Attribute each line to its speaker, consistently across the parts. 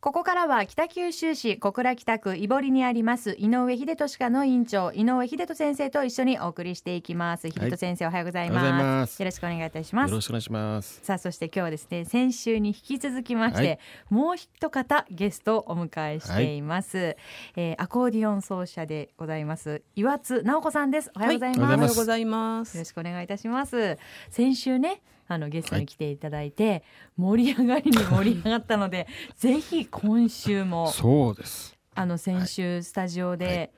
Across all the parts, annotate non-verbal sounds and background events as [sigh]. Speaker 1: ここからは北九州市小倉北区井堀にあります井上秀俊科の院長井上秀人先生と一緒にお送りしていきます秀人先生、おはようござい
Speaker 2: おはようござい
Speaker 1: ま
Speaker 2: ますす
Speaker 1: よろしくお願いいたします
Speaker 2: よろしくお願いします。
Speaker 1: さあそして今日はですね先週に引き続きまして、
Speaker 2: はい
Speaker 1: もう一方ゲストをお迎えしています、えーアコーディオン奏者でございます岩津直子さんですおはようございます,、
Speaker 2: は
Speaker 3: おは
Speaker 2: よう
Speaker 3: よう
Speaker 2: ご
Speaker 3: ございます
Speaker 1: よろ。しくお願いいたします先週ねあのゲストに来ていただいて、盛り上がりに盛り上がったのでぜひ今週も
Speaker 2: そうです。
Speaker 1: あの先週スタジオ
Speaker 2: は
Speaker 1: で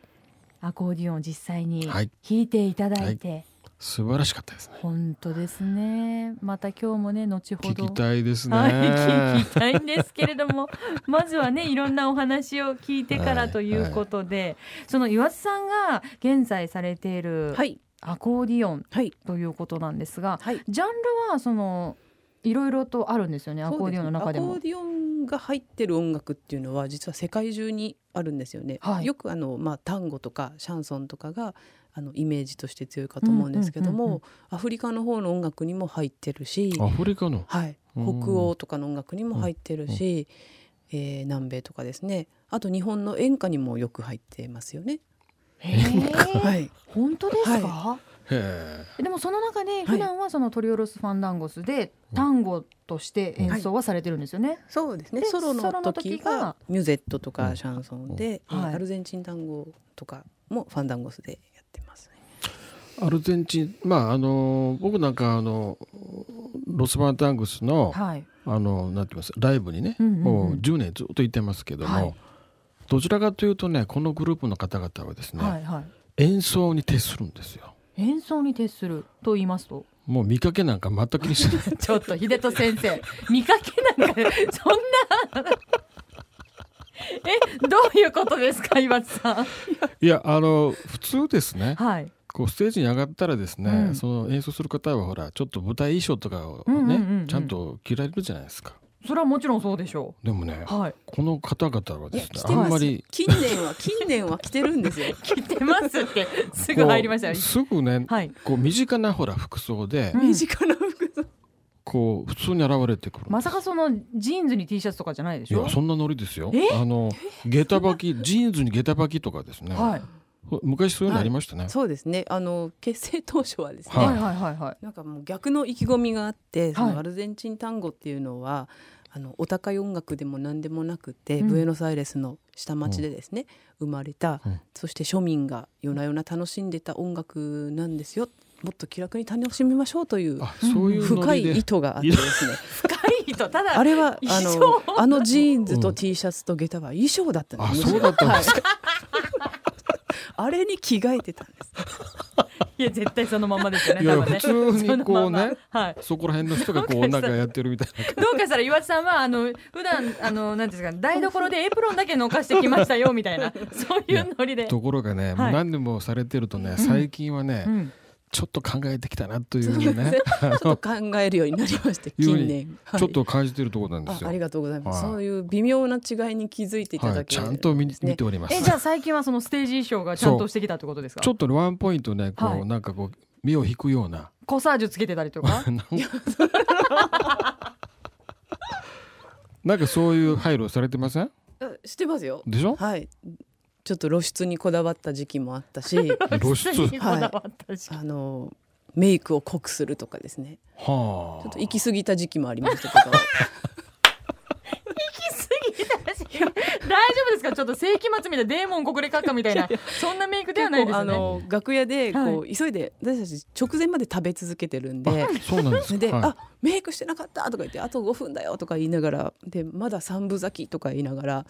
Speaker 1: アコーディオンを実際に
Speaker 2: は
Speaker 1: 弾
Speaker 2: い
Speaker 1: いていただいて、
Speaker 2: 素晴らしかったですね。
Speaker 1: 本当ですねまた今日もね後ほ
Speaker 2: 聞
Speaker 1: ど
Speaker 2: きたいですね。
Speaker 1: はい、聞きたいんですけれども [laughs] まずはねいろんなお話を聞いてからということで、その岩津さんが現在されている
Speaker 3: はい
Speaker 1: アコーディオン
Speaker 3: はい
Speaker 1: ということなんですが、
Speaker 3: はい。
Speaker 1: ジャンルはそのいろいろとあるんですよねアコーディオンの中で
Speaker 3: アコ
Speaker 1: も
Speaker 3: ー。ディオンが入ってる音楽っていうのは実は世界中にあるんですよね。
Speaker 1: はい
Speaker 3: よくあのまあ単語とかシャンソンとかがあのイメージとして強いかと思うんですけども、
Speaker 1: うんうんうん
Speaker 3: アフリカの方の音楽にも入ってるし、
Speaker 2: アフリカの。
Speaker 3: はい、北
Speaker 2: うん
Speaker 3: 欧とかの音楽にも入ってるし、えー南米とかですね。あと日本の演歌にもよく入ってますよね。
Speaker 1: [laughs] へー
Speaker 3: はい。
Speaker 1: 本当ですか、
Speaker 2: へ
Speaker 1: でもその中で普段はそのトリオロス・ファンダンゴスで単語として演奏はされてるんですよね。
Speaker 3: そうですね
Speaker 1: で
Speaker 3: ソロ
Speaker 1: ソロ
Speaker 3: の
Speaker 1: の
Speaker 3: 時
Speaker 1: 時
Speaker 3: が
Speaker 1: が
Speaker 3: ミュゼットとかシャンソンで、
Speaker 1: うん
Speaker 3: えー
Speaker 1: はい
Speaker 3: アルゼンチン単語とかもファンダンゴスでやってます、ね、
Speaker 2: え。アルゼンチン、まああの僕なんかあのロスバンタングスの、
Speaker 1: はい、
Speaker 2: あのなんて言いますライブにね、
Speaker 1: うんうんうん
Speaker 2: もう10年ずっと行ってますけども、
Speaker 1: はい
Speaker 2: どちらかというとねこのグループの方々はですね、
Speaker 1: はい、はい。
Speaker 2: 演奏に徹するんですよ。
Speaker 1: 演奏に徹すると言いますと
Speaker 2: もう見かけなんか全く気にしない。
Speaker 1: [laughs] ちょっと秀人先生見かけなん [laughs] かそんなえどういうことですか岩津さん
Speaker 2: いやあの普通ですね。
Speaker 1: はい
Speaker 2: こうステージに上がったらですね、
Speaker 1: うん
Speaker 2: その演奏する方はほらちょっと舞台衣装とかをね、
Speaker 1: うんうんうんうん
Speaker 2: ちゃんと着られるじゃないですか
Speaker 1: それはもちろんそうでしょ
Speaker 2: でもね
Speaker 1: うはい
Speaker 2: この方々はですね
Speaker 3: 来
Speaker 2: あ
Speaker 3: て
Speaker 2: ん
Speaker 3: ま
Speaker 2: ますり
Speaker 3: 近年は近年は来てるんです [laughs] よ
Speaker 1: 来てますってすぐ入りましたよ
Speaker 2: こうすぐね、
Speaker 1: はい
Speaker 2: こう身近なほら服装で、
Speaker 1: うん
Speaker 3: [laughs] 身近な服装
Speaker 2: こう普通に現れてくる
Speaker 1: まさかそのジーンズに T シャツとかじゃないで
Speaker 2: い
Speaker 1: しょ
Speaker 2: やそんなノリですよ
Speaker 1: え
Speaker 2: あの下駄履きジーンズに下駄履きとかですね、
Speaker 1: はい
Speaker 2: 昔そういうのありましたね、
Speaker 3: そうですねあの結成当初はですね、
Speaker 2: はい
Speaker 1: はいはいはいはい
Speaker 3: なんかもう逆の意気込みがあってそ
Speaker 1: はい
Speaker 3: のアルゼンチン単語っていうのは、あのお高い音楽でも何でもなくて、
Speaker 1: うん
Speaker 3: ブエノスアイレスの下町でですね、生まれた、
Speaker 2: うん
Speaker 3: そして庶民が夜な夜な楽しんでた音楽なんですよもっと気楽に楽しみましょうという
Speaker 2: あそういうノ
Speaker 3: 深
Speaker 2: リ
Speaker 3: い
Speaker 2: で
Speaker 3: 意図があってです
Speaker 2: [laughs]
Speaker 3: ね
Speaker 1: 深い人ただ
Speaker 3: あれはあ
Speaker 1: 衣
Speaker 3: の
Speaker 1: 装
Speaker 3: あのジーンズ
Speaker 2: う
Speaker 3: と
Speaker 2: ん
Speaker 3: T シャツと下駄は衣装だったん
Speaker 2: あ
Speaker 3: です、
Speaker 2: そうだったんですか、
Speaker 3: あれに着替えてたんです
Speaker 1: いや絶対そのままですよね
Speaker 2: いや
Speaker 1: 多分ね
Speaker 2: 普通にこ
Speaker 1: そのま
Speaker 2: うね
Speaker 1: まはい
Speaker 2: そこら辺の人がこうなんかやってるみたいな
Speaker 1: どうかしたら岩田さんはあの普段あのなんていうんですか台所でエプロンだけのかしてきましたよみたいなそういうノリで。
Speaker 2: ところがね、もう何年もされてるとね最近はね、
Speaker 1: うん
Speaker 2: ちょっと考えてきたなとい
Speaker 3: そう
Speaker 2: う
Speaker 3: ですね
Speaker 2: ねあ
Speaker 3: [laughs] ちょ
Speaker 2: の
Speaker 3: っと考えるようになり
Speaker 2: [laughs]
Speaker 3: まして
Speaker 2: いうふうに
Speaker 3: 近年、はい
Speaker 2: ちょっと感じてるところなんで
Speaker 3: あ
Speaker 2: すよ。
Speaker 3: ありがとうございます、
Speaker 2: はい
Speaker 3: そういう微妙な違いに気づいていた
Speaker 2: は
Speaker 3: だ
Speaker 2: い、
Speaker 3: け
Speaker 2: ち
Speaker 3: る
Speaker 2: ゃ
Speaker 3: ん
Speaker 2: ん
Speaker 3: ですね、
Speaker 2: と見,、見ております。
Speaker 1: えじゃあ最近はそのステージ衣装がちゃんとしてきたってことですか
Speaker 2: ちょっとワンポイントねこう、
Speaker 1: はい
Speaker 2: なんかこう目を引くよう
Speaker 3: [laughs]
Speaker 2: な
Speaker 1: コサージュつけてたりとか
Speaker 2: なんかそういう配慮されてません
Speaker 3: あしてますよ
Speaker 2: でしょ
Speaker 3: はいちょっと露出にこだわった時期もあっ
Speaker 2: [laughs]
Speaker 3: たし
Speaker 2: 露出
Speaker 1: にこだわったし、
Speaker 3: あのメイクを濃くするとかですね
Speaker 2: は
Speaker 3: ちょっと
Speaker 2: あ
Speaker 3: 行き過ぎた時期もありました
Speaker 2: [laughs]
Speaker 3: けど
Speaker 1: 行き過ぎたし大丈夫ですかちょっと世紀末みたいなデーモン国連閣下みたいなそんなメイクではないですよ
Speaker 3: あ
Speaker 1: ね
Speaker 3: の楽屋でこう、
Speaker 1: は
Speaker 3: 急いで私たち直前まで食べ続けてるんで。
Speaker 2: そうなんですか
Speaker 3: で、
Speaker 2: はい
Speaker 3: あメイクしてなかったとか言ってあと5分だよとか言いながらでまだ三分咲きとか言いながら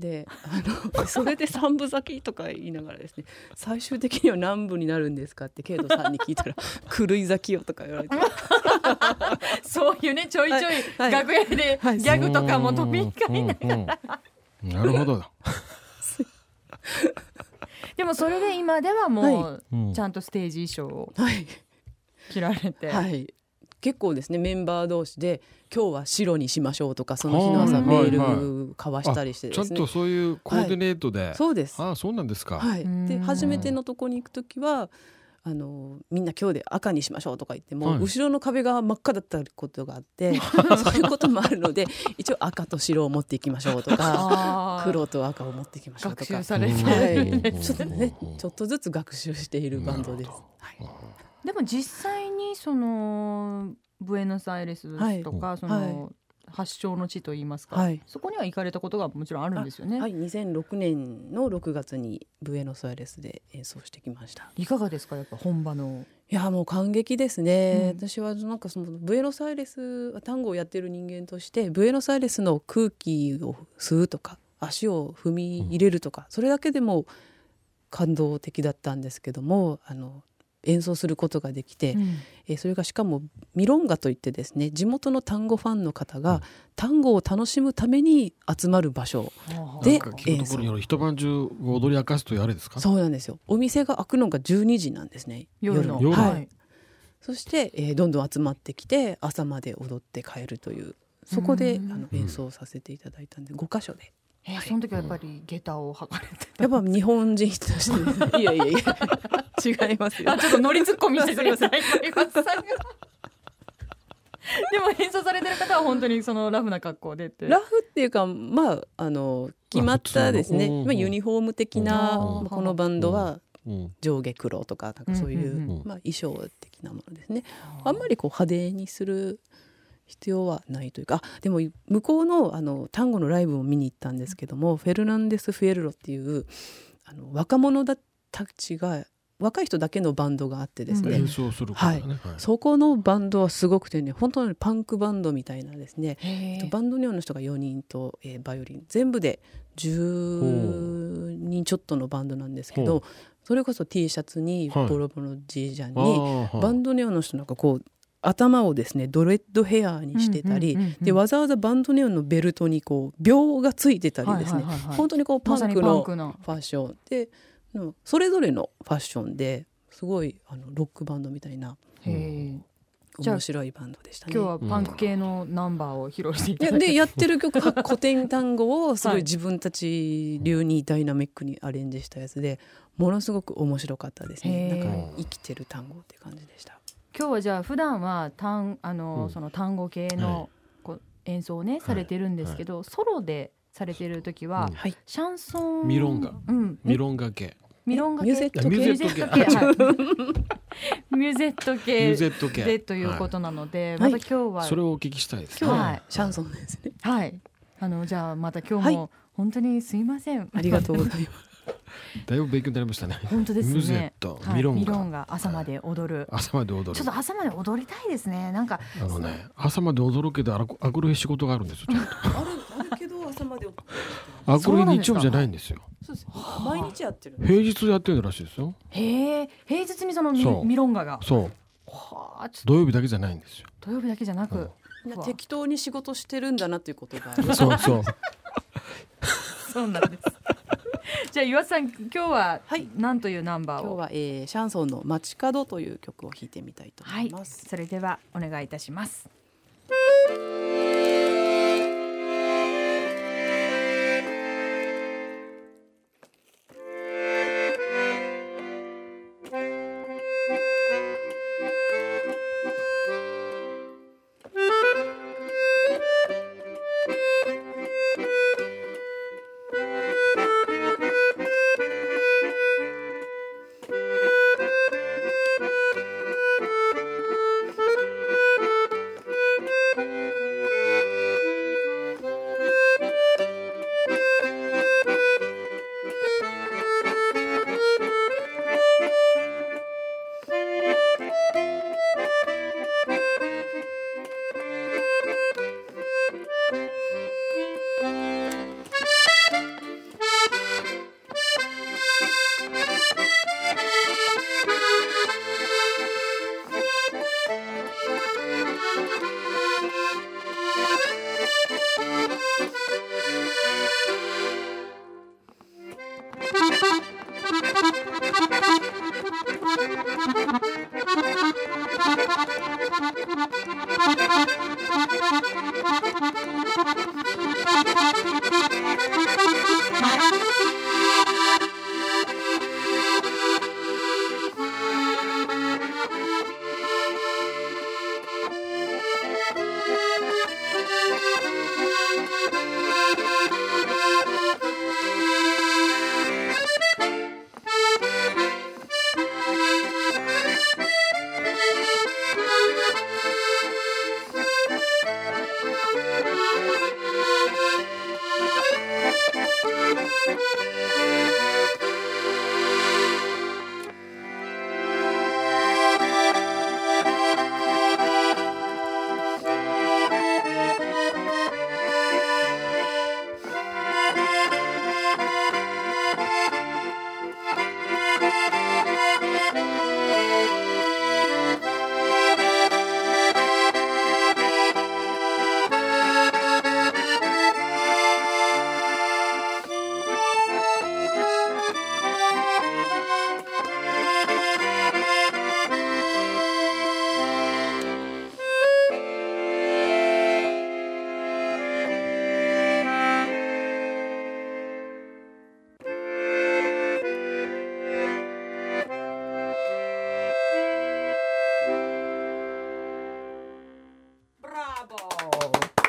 Speaker 3: であのそれで三分咲きとか言いながらですね最終的には何分になるんですかってケイトさんに聞いたら「狂い咲きよ」とか言われて
Speaker 1: そういうねちょいちょい
Speaker 3: はい
Speaker 1: 楽屋でギ
Speaker 3: はい
Speaker 1: ャグとかも飛び交いな
Speaker 2: うんうんうんなるほどだ、
Speaker 1: でもそれで今ではもう
Speaker 2: うん
Speaker 1: ちゃんとステージ衣装を
Speaker 3: はい、
Speaker 1: 着られて、
Speaker 3: はい、結構ですねメンバー同士で「今日は白にしましょう」とかその日の
Speaker 1: は
Speaker 3: 朝
Speaker 1: い
Speaker 3: メー
Speaker 2: はい
Speaker 3: ル交わしたりして
Speaker 2: ちゃ
Speaker 3: で
Speaker 2: ん
Speaker 3: す
Speaker 2: と
Speaker 3: ね
Speaker 2: そういうコーディネートで、
Speaker 3: そうです
Speaker 2: ああそうなんですか、
Speaker 3: はい、
Speaker 1: うん
Speaker 3: で初めてのとこに行く時はあのみんな今日で赤にしましょうとか言っても、
Speaker 2: はい
Speaker 3: 後ろの壁が真っ赤だったことがあって
Speaker 2: [laughs]
Speaker 3: そういうこともあるので一応赤と白を持っていきましょうとか
Speaker 1: あー
Speaker 3: 黒と赤を持っていきましょう
Speaker 1: 学
Speaker 3: とか
Speaker 1: 習されて
Speaker 2: は
Speaker 1: る
Speaker 2: い
Speaker 1: ん
Speaker 3: は
Speaker 1: で
Speaker 3: い、
Speaker 1: す
Speaker 3: ちょっとね
Speaker 2: うん
Speaker 3: ちょっとずつ学習しているバンドです
Speaker 2: なるほ。
Speaker 3: はい
Speaker 1: でも実際にそのブエノスアイレスとか、その、発祥の地といいますか、
Speaker 3: はい
Speaker 1: そこには行かれたことがもちろんあるんですよね。
Speaker 3: はい、2006年の6月にブエノスアイレスで演奏してきました。
Speaker 1: いかがですかやっぱ本場の。
Speaker 3: いやもう感激ですね、
Speaker 1: うん
Speaker 3: 私はなんかそのブエノスアイレス単語をやってる人間としてブエノスアイレスの空気を吸うとか足を踏み入れるとか、それだけでも感動的だったんですけどもあの演奏することができて、えーそれがしかもミロンガといってですね地元の単語ファンの方
Speaker 2: うん
Speaker 3: が単語を楽しむために集まる場所、
Speaker 2: で
Speaker 3: で
Speaker 2: なんか聞くところによると一晩中踊り明かすというあれですか
Speaker 3: そうなんですよお店が開くのが12時なんですね
Speaker 1: 夜の
Speaker 2: 夜
Speaker 3: はい、そして、えーどんどん集まってきて朝まで踊って帰るというそこで
Speaker 1: うん
Speaker 3: あの
Speaker 2: うん
Speaker 3: 演奏させていただいたんで5箇所で
Speaker 1: えーその時はやっぱり下駄を履かれてた
Speaker 3: やっぱ日本人としていやいやいや違いますよ
Speaker 1: あちょっと乗りツッコミしてくださ
Speaker 3: [laughs]
Speaker 1: い。でも演奏されてる方は本当にそのラフな格好でって。
Speaker 3: ラフっていうかまああの決まったですね
Speaker 2: まあ普通のうんうん
Speaker 3: まあ、ユニフォーム的な
Speaker 1: うん
Speaker 3: まあこのバンドは
Speaker 2: うん
Speaker 3: 上下黒とかなんかそういう、
Speaker 1: うんうん
Speaker 2: うん
Speaker 3: まあ、衣装的なものですねあんまりこう派手にする必要はないというかあでも向こうのあの単語のライブを見に行ったんですけども、フェルナンデス・フィエルロっていうあの若者だたちが若い人だけのバンドがあってですね、
Speaker 1: うん
Speaker 2: 演奏することだねはい
Speaker 3: そこのバンドはすごくてね本当にパンクバンドみたいなですね
Speaker 1: へー
Speaker 3: バンドニョンの人が4人と、えーバイオリン全部で10人ちょっとのバンドなんですけ
Speaker 2: ほ
Speaker 3: どそれこそ T シャツに
Speaker 2: はい
Speaker 3: ボロボロのじいちゃんに、
Speaker 2: ああ
Speaker 3: バンドネオンの人なんかこう頭をですねドレッドヘアにしてたり、
Speaker 1: うんうんうんうん
Speaker 3: でわざわざバンドネオンのベルトにこう秒がついてたりです
Speaker 1: は
Speaker 3: ね、
Speaker 1: いはいはいはい
Speaker 3: 本当にこうパ
Speaker 1: まさ
Speaker 3: ン
Speaker 1: に
Speaker 3: ク
Speaker 1: パン
Speaker 3: の
Speaker 1: クの。
Speaker 3: ファッションでうんそれぞれのファッションですごいあのロックバンドみたいな
Speaker 1: へーじゃあ
Speaker 3: 面白いバンドでしたね。
Speaker 1: 今日はパンク系のナンバーを披露してい
Speaker 3: い
Speaker 1: た
Speaker 3: や
Speaker 1: だいて。
Speaker 3: でやってる曲は古典単語をすご
Speaker 1: はい
Speaker 3: い自分たち流にダイナミックにアレンジしたやつでものすごく面白かったですね
Speaker 1: へー
Speaker 3: なんか生きてる単語って感じでした。
Speaker 1: 今日はじゃあ普段は単あの、
Speaker 2: うん
Speaker 1: その単語系
Speaker 2: はい
Speaker 1: のこう演奏をね、されてるんですけど、ソロでされてる時は、
Speaker 2: うん
Speaker 3: はい
Speaker 1: シャンソン
Speaker 2: ミロンガ
Speaker 1: うん、
Speaker 2: ミロンガ系
Speaker 1: ミロンガ系
Speaker 3: ミューゼット
Speaker 2: 系
Speaker 1: ミューゼット系はいミューゼット
Speaker 2: ミュー
Speaker 1: 系
Speaker 2: ゼット系
Speaker 1: でということなので、
Speaker 3: はい
Speaker 1: また今日
Speaker 2: は
Speaker 1: はい
Speaker 2: それをお聞きしたいですね
Speaker 3: 今日
Speaker 1: は
Speaker 3: はいシャンソンですね。
Speaker 1: はいあのじゃあまた今日も、
Speaker 3: は
Speaker 1: 本当にすいません
Speaker 3: ありがとうございます。
Speaker 2: だいぶ勉強になりましたね
Speaker 1: 本当ですね
Speaker 2: ミューゼット
Speaker 1: はい
Speaker 2: ミロン
Speaker 1: ミロ
Speaker 2: ガ
Speaker 1: ンガ朝まで踊る、
Speaker 2: 朝まで踊る
Speaker 1: ちょっと朝まで踊りたいですねなんか
Speaker 2: あのね朝まで踊るけどあらこあくる日仕事があるんですよちゃんと
Speaker 3: [laughs] あるあるけど朝まで
Speaker 2: あく
Speaker 1: そう
Speaker 2: る
Speaker 1: なんです
Speaker 2: 日日曜
Speaker 1: か
Speaker 2: 日じゃないんですよ
Speaker 3: そうです。毎日やってる。
Speaker 2: 平日やってるらしいですよ
Speaker 1: へえ平日にそのミ
Speaker 2: そう
Speaker 1: ミロンガが
Speaker 2: そう
Speaker 1: はあちょっ
Speaker 2: 土曜日だけじゃないんですよ
Speaker 1: と土曜日だけじゃなく、
Speaker 3: みんな適当に仕事してるんだなということ [laughs] が。
Speaker 2: そ
Speaker 1: [laughs]
Speaker 2: うそう
Speaker 1: そうなんです。 [laughs] じゃあ岩田さん今日は
Speaker 3: はい
Speaker 1: 何というナンバー
Speaker 3: 今
Speaker 1: を
Speaker 3: 日は、えー、シャンソンの街角という曲を弾いてみたいと思います。
Speaker 1: それではお願いいたします。
Speaker 3: 「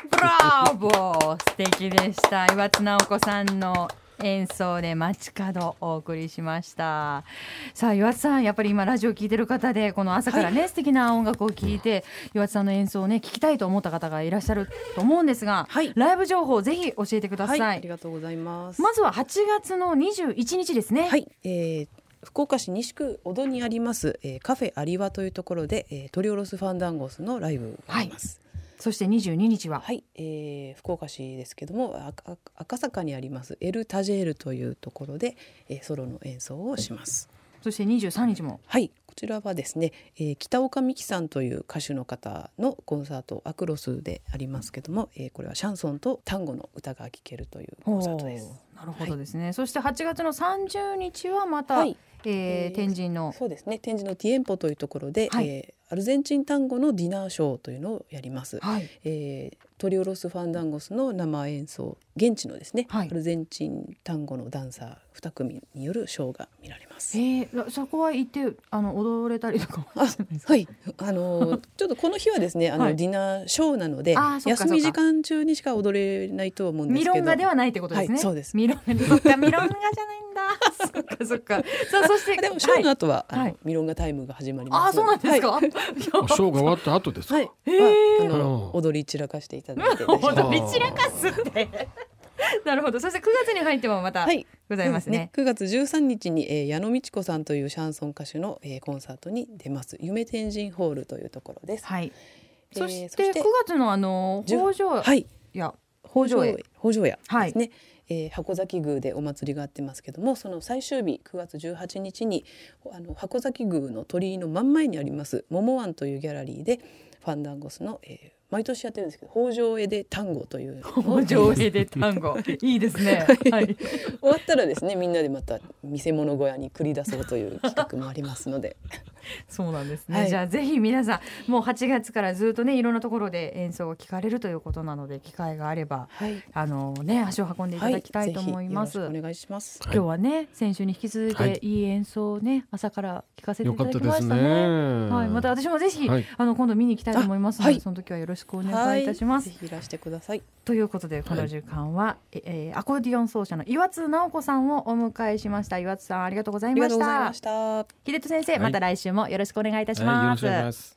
Speaker 1: ブラボー素敵でした岩津直子さんの演奏で街角お送りしましたさあ岩津さんやっぱり今ラジオ聞いてる方でこの朝からね、素敵な音楽を聞いて、岩津さんの演奏をね聞きたいと思った方がいらっしゃると思うんですが、
Speaker 3: はい
Speaker 1: ライブ情報をぜひ教えてください、
Speaker 3: はい、ありがとうございます。
Speaker 1: まずは8月の21日ですね、
Speaker 3: はい、えー福岡市西区小戸にあります、えーカフェアリワというところで、えー、取り下ろすファンダンゴスのライブがあります。
Speaker 1: そして22日は、
Speaker 3: はい、えー福岡市ですけどもああ赤坂にありますエルタジェールというところで、えーソロの演奏をします。
Speaker 1: そして23日も
Speaker 3: はい、こちらはですね、えー北岡美希さんという歌手の方のコンサートアクロスでありますけども、えーこれはシャンソンと単語の歌が聴けるというコンサートです。
Speaker 1: なるほどですね、そして8月の30日はまた、
Speaker 3: はい
Speaker 1: えー
Speaker 3: えー
Speaker 1: 天神の
Speaker 3: そうですね展示のティエンポというところで、
Speaker 1: はい
Speaker 3: えーアルゼンチン単語のディナーショーというのをやります、
Speaker 1: はい
Speaker 3: えートリオロス・ファンダンゴスの生演奏現地のですね、
Speaker 1: はい
Speaker 3: アルゼンチン単語のダンサー2組によるショーが見られます
Speaker 1: えーら、そこは行ってあの踊れたりとかも
Speaker 3: あ
Speaker 1: しないですか
Speaker 3: はい、あのーちょっとこの日はですね、あの、
Speaker 1: はい
Speaker 3: ディナーショーなので
Speaker 1: あーそっ、か
Speaker 3: 休み時間中にしか踊れないとは思うんです
Speaker 1: ミ
Speaker 3: け
Speaker 1: ロ
Speaker 3: ど。
Speaker 1: ンガではないってことですね。
Speaker 3: はいそうです
Speaker 1: ミロンガ、そっか、ミロンガじゃないん [laughs] だ。そっか、そっか。さあ、そして、
Speaker 3: あでもショーの
Speaker 1: はい
Speaker 3: 後は、あの
Speaker 1: はい
Speaker 3: ミロンガタイムが始まり
Speaker 1: あ
Speaker 3: ま
Speaker 1: ー、
Speaker 3: す
Speaker 1: そうなん
Speaker 3: の。
Speaker 1: ですか。
Speaker 2: あショーが終わった後ですか。
Speaker 3: はい。はい
Speaker 1: へー
Speaker 3: まああ
Speaker 2: うん
Speaker 3: の踊り散らかしていただいて
Speaker 1: [laughs]
Speaker 3: 大丈夫です
Speaker 1: 踊り散らかすって。 [laughs] なるほど、そして9月に入ってもまた
Speaker 3: はい
Speaker 1: ございますね。
Speaker 3: そうですね9月13日に、えー、矢野美智子さんというシャンソン歌手の、えー、コンサートに出ます夢天神ホールというところです。
Speaker 1: はい。
Speaker 3: えー
Speaker 1: そして
Speaker 3: そ
Speaker 1: 9
Speaker 3: して
Speaker 1: 月のあの
Speaker 3: 10
Speaker 1: 北条
Speaker 3: はい。
Speaker 1: や
Speaker 3: 北
Speaker 1: 条
Speaker 3: 条
Speaker 1: へ
Speaker 3: へ北条屋
Speaker 1: はい
Speaker 3: ですね、えー箱崎宮でお祭りがあってますけどもその最終日9月18日にあの箱崎宮の鳥居の真ん前にあります桃湾というギャラリーでファンダンゴスの、えー毎年やってるんですけど北条絵で単語というのを
Speaker 1: 北条へで単語いいですね。はい。
Speaker 3: [laughs] 終わったらですねみんなでまた見せ物小屋に繰り出そうという企画もありますので
Speaker 1: そうなんですね。
Speaker 3: はい
Speaker 1: じゃあぜひ皆さんもう8月からずっとねいろんなところで演奏を聞かれるということなので機会があれば
Speaker 3: はい
Speaker 1: あのね足を運んでいただきたいと思います。
Speaker 3: はぜひよろしくお願いします
Speaker 1: 今日はね先週に引き続い
Speaker 2: はい
Speaker 1: ていい演奏をね、朝から聞かせてい
Speaker 2: よか
Speaker 1: た
Speaker 2: っ
Speaker 1: だ
Speaker 2: た
Speaker 1: き
Speaker 2: で
Speaker 1: ますした
Speaker 2: ね。
Speaker 1: ね。はい、また私もぜひ、
Speaker 2: はい
Speaker 1: あの今度見に行きたいと思いますので、
Speaker 3: あはい
Speaker 1: その時はよろしくお願いいたし
Speaker 3: は
Speaker 1: ま
Speaker 3: い
Speaker 1: す
Speaker 3: ぜ。ひいらしてください
Speaker 1: ということでこの時間は、ええーアコーディオン奏者の岩津直子さんをお迎えしました岩津さんありがとうござ
Speaker 3: あ
Speaker 1: い
Speaker 3: り
Speaker 1: ま
Speaker 3: がとう
Speaker 1: し
Speaker 3: ござい
Speaker 1: た
Speaker 3: ました
Speaker 1: 秀人先生、
Speaker 2: はい
Speaker 1: また来週もよろしくお願いいたし
Speaker 2: はいよろ
Speaker 1: ま
Speaker 2: し
Speaker 1: す、
Speaker 2: くお願いします。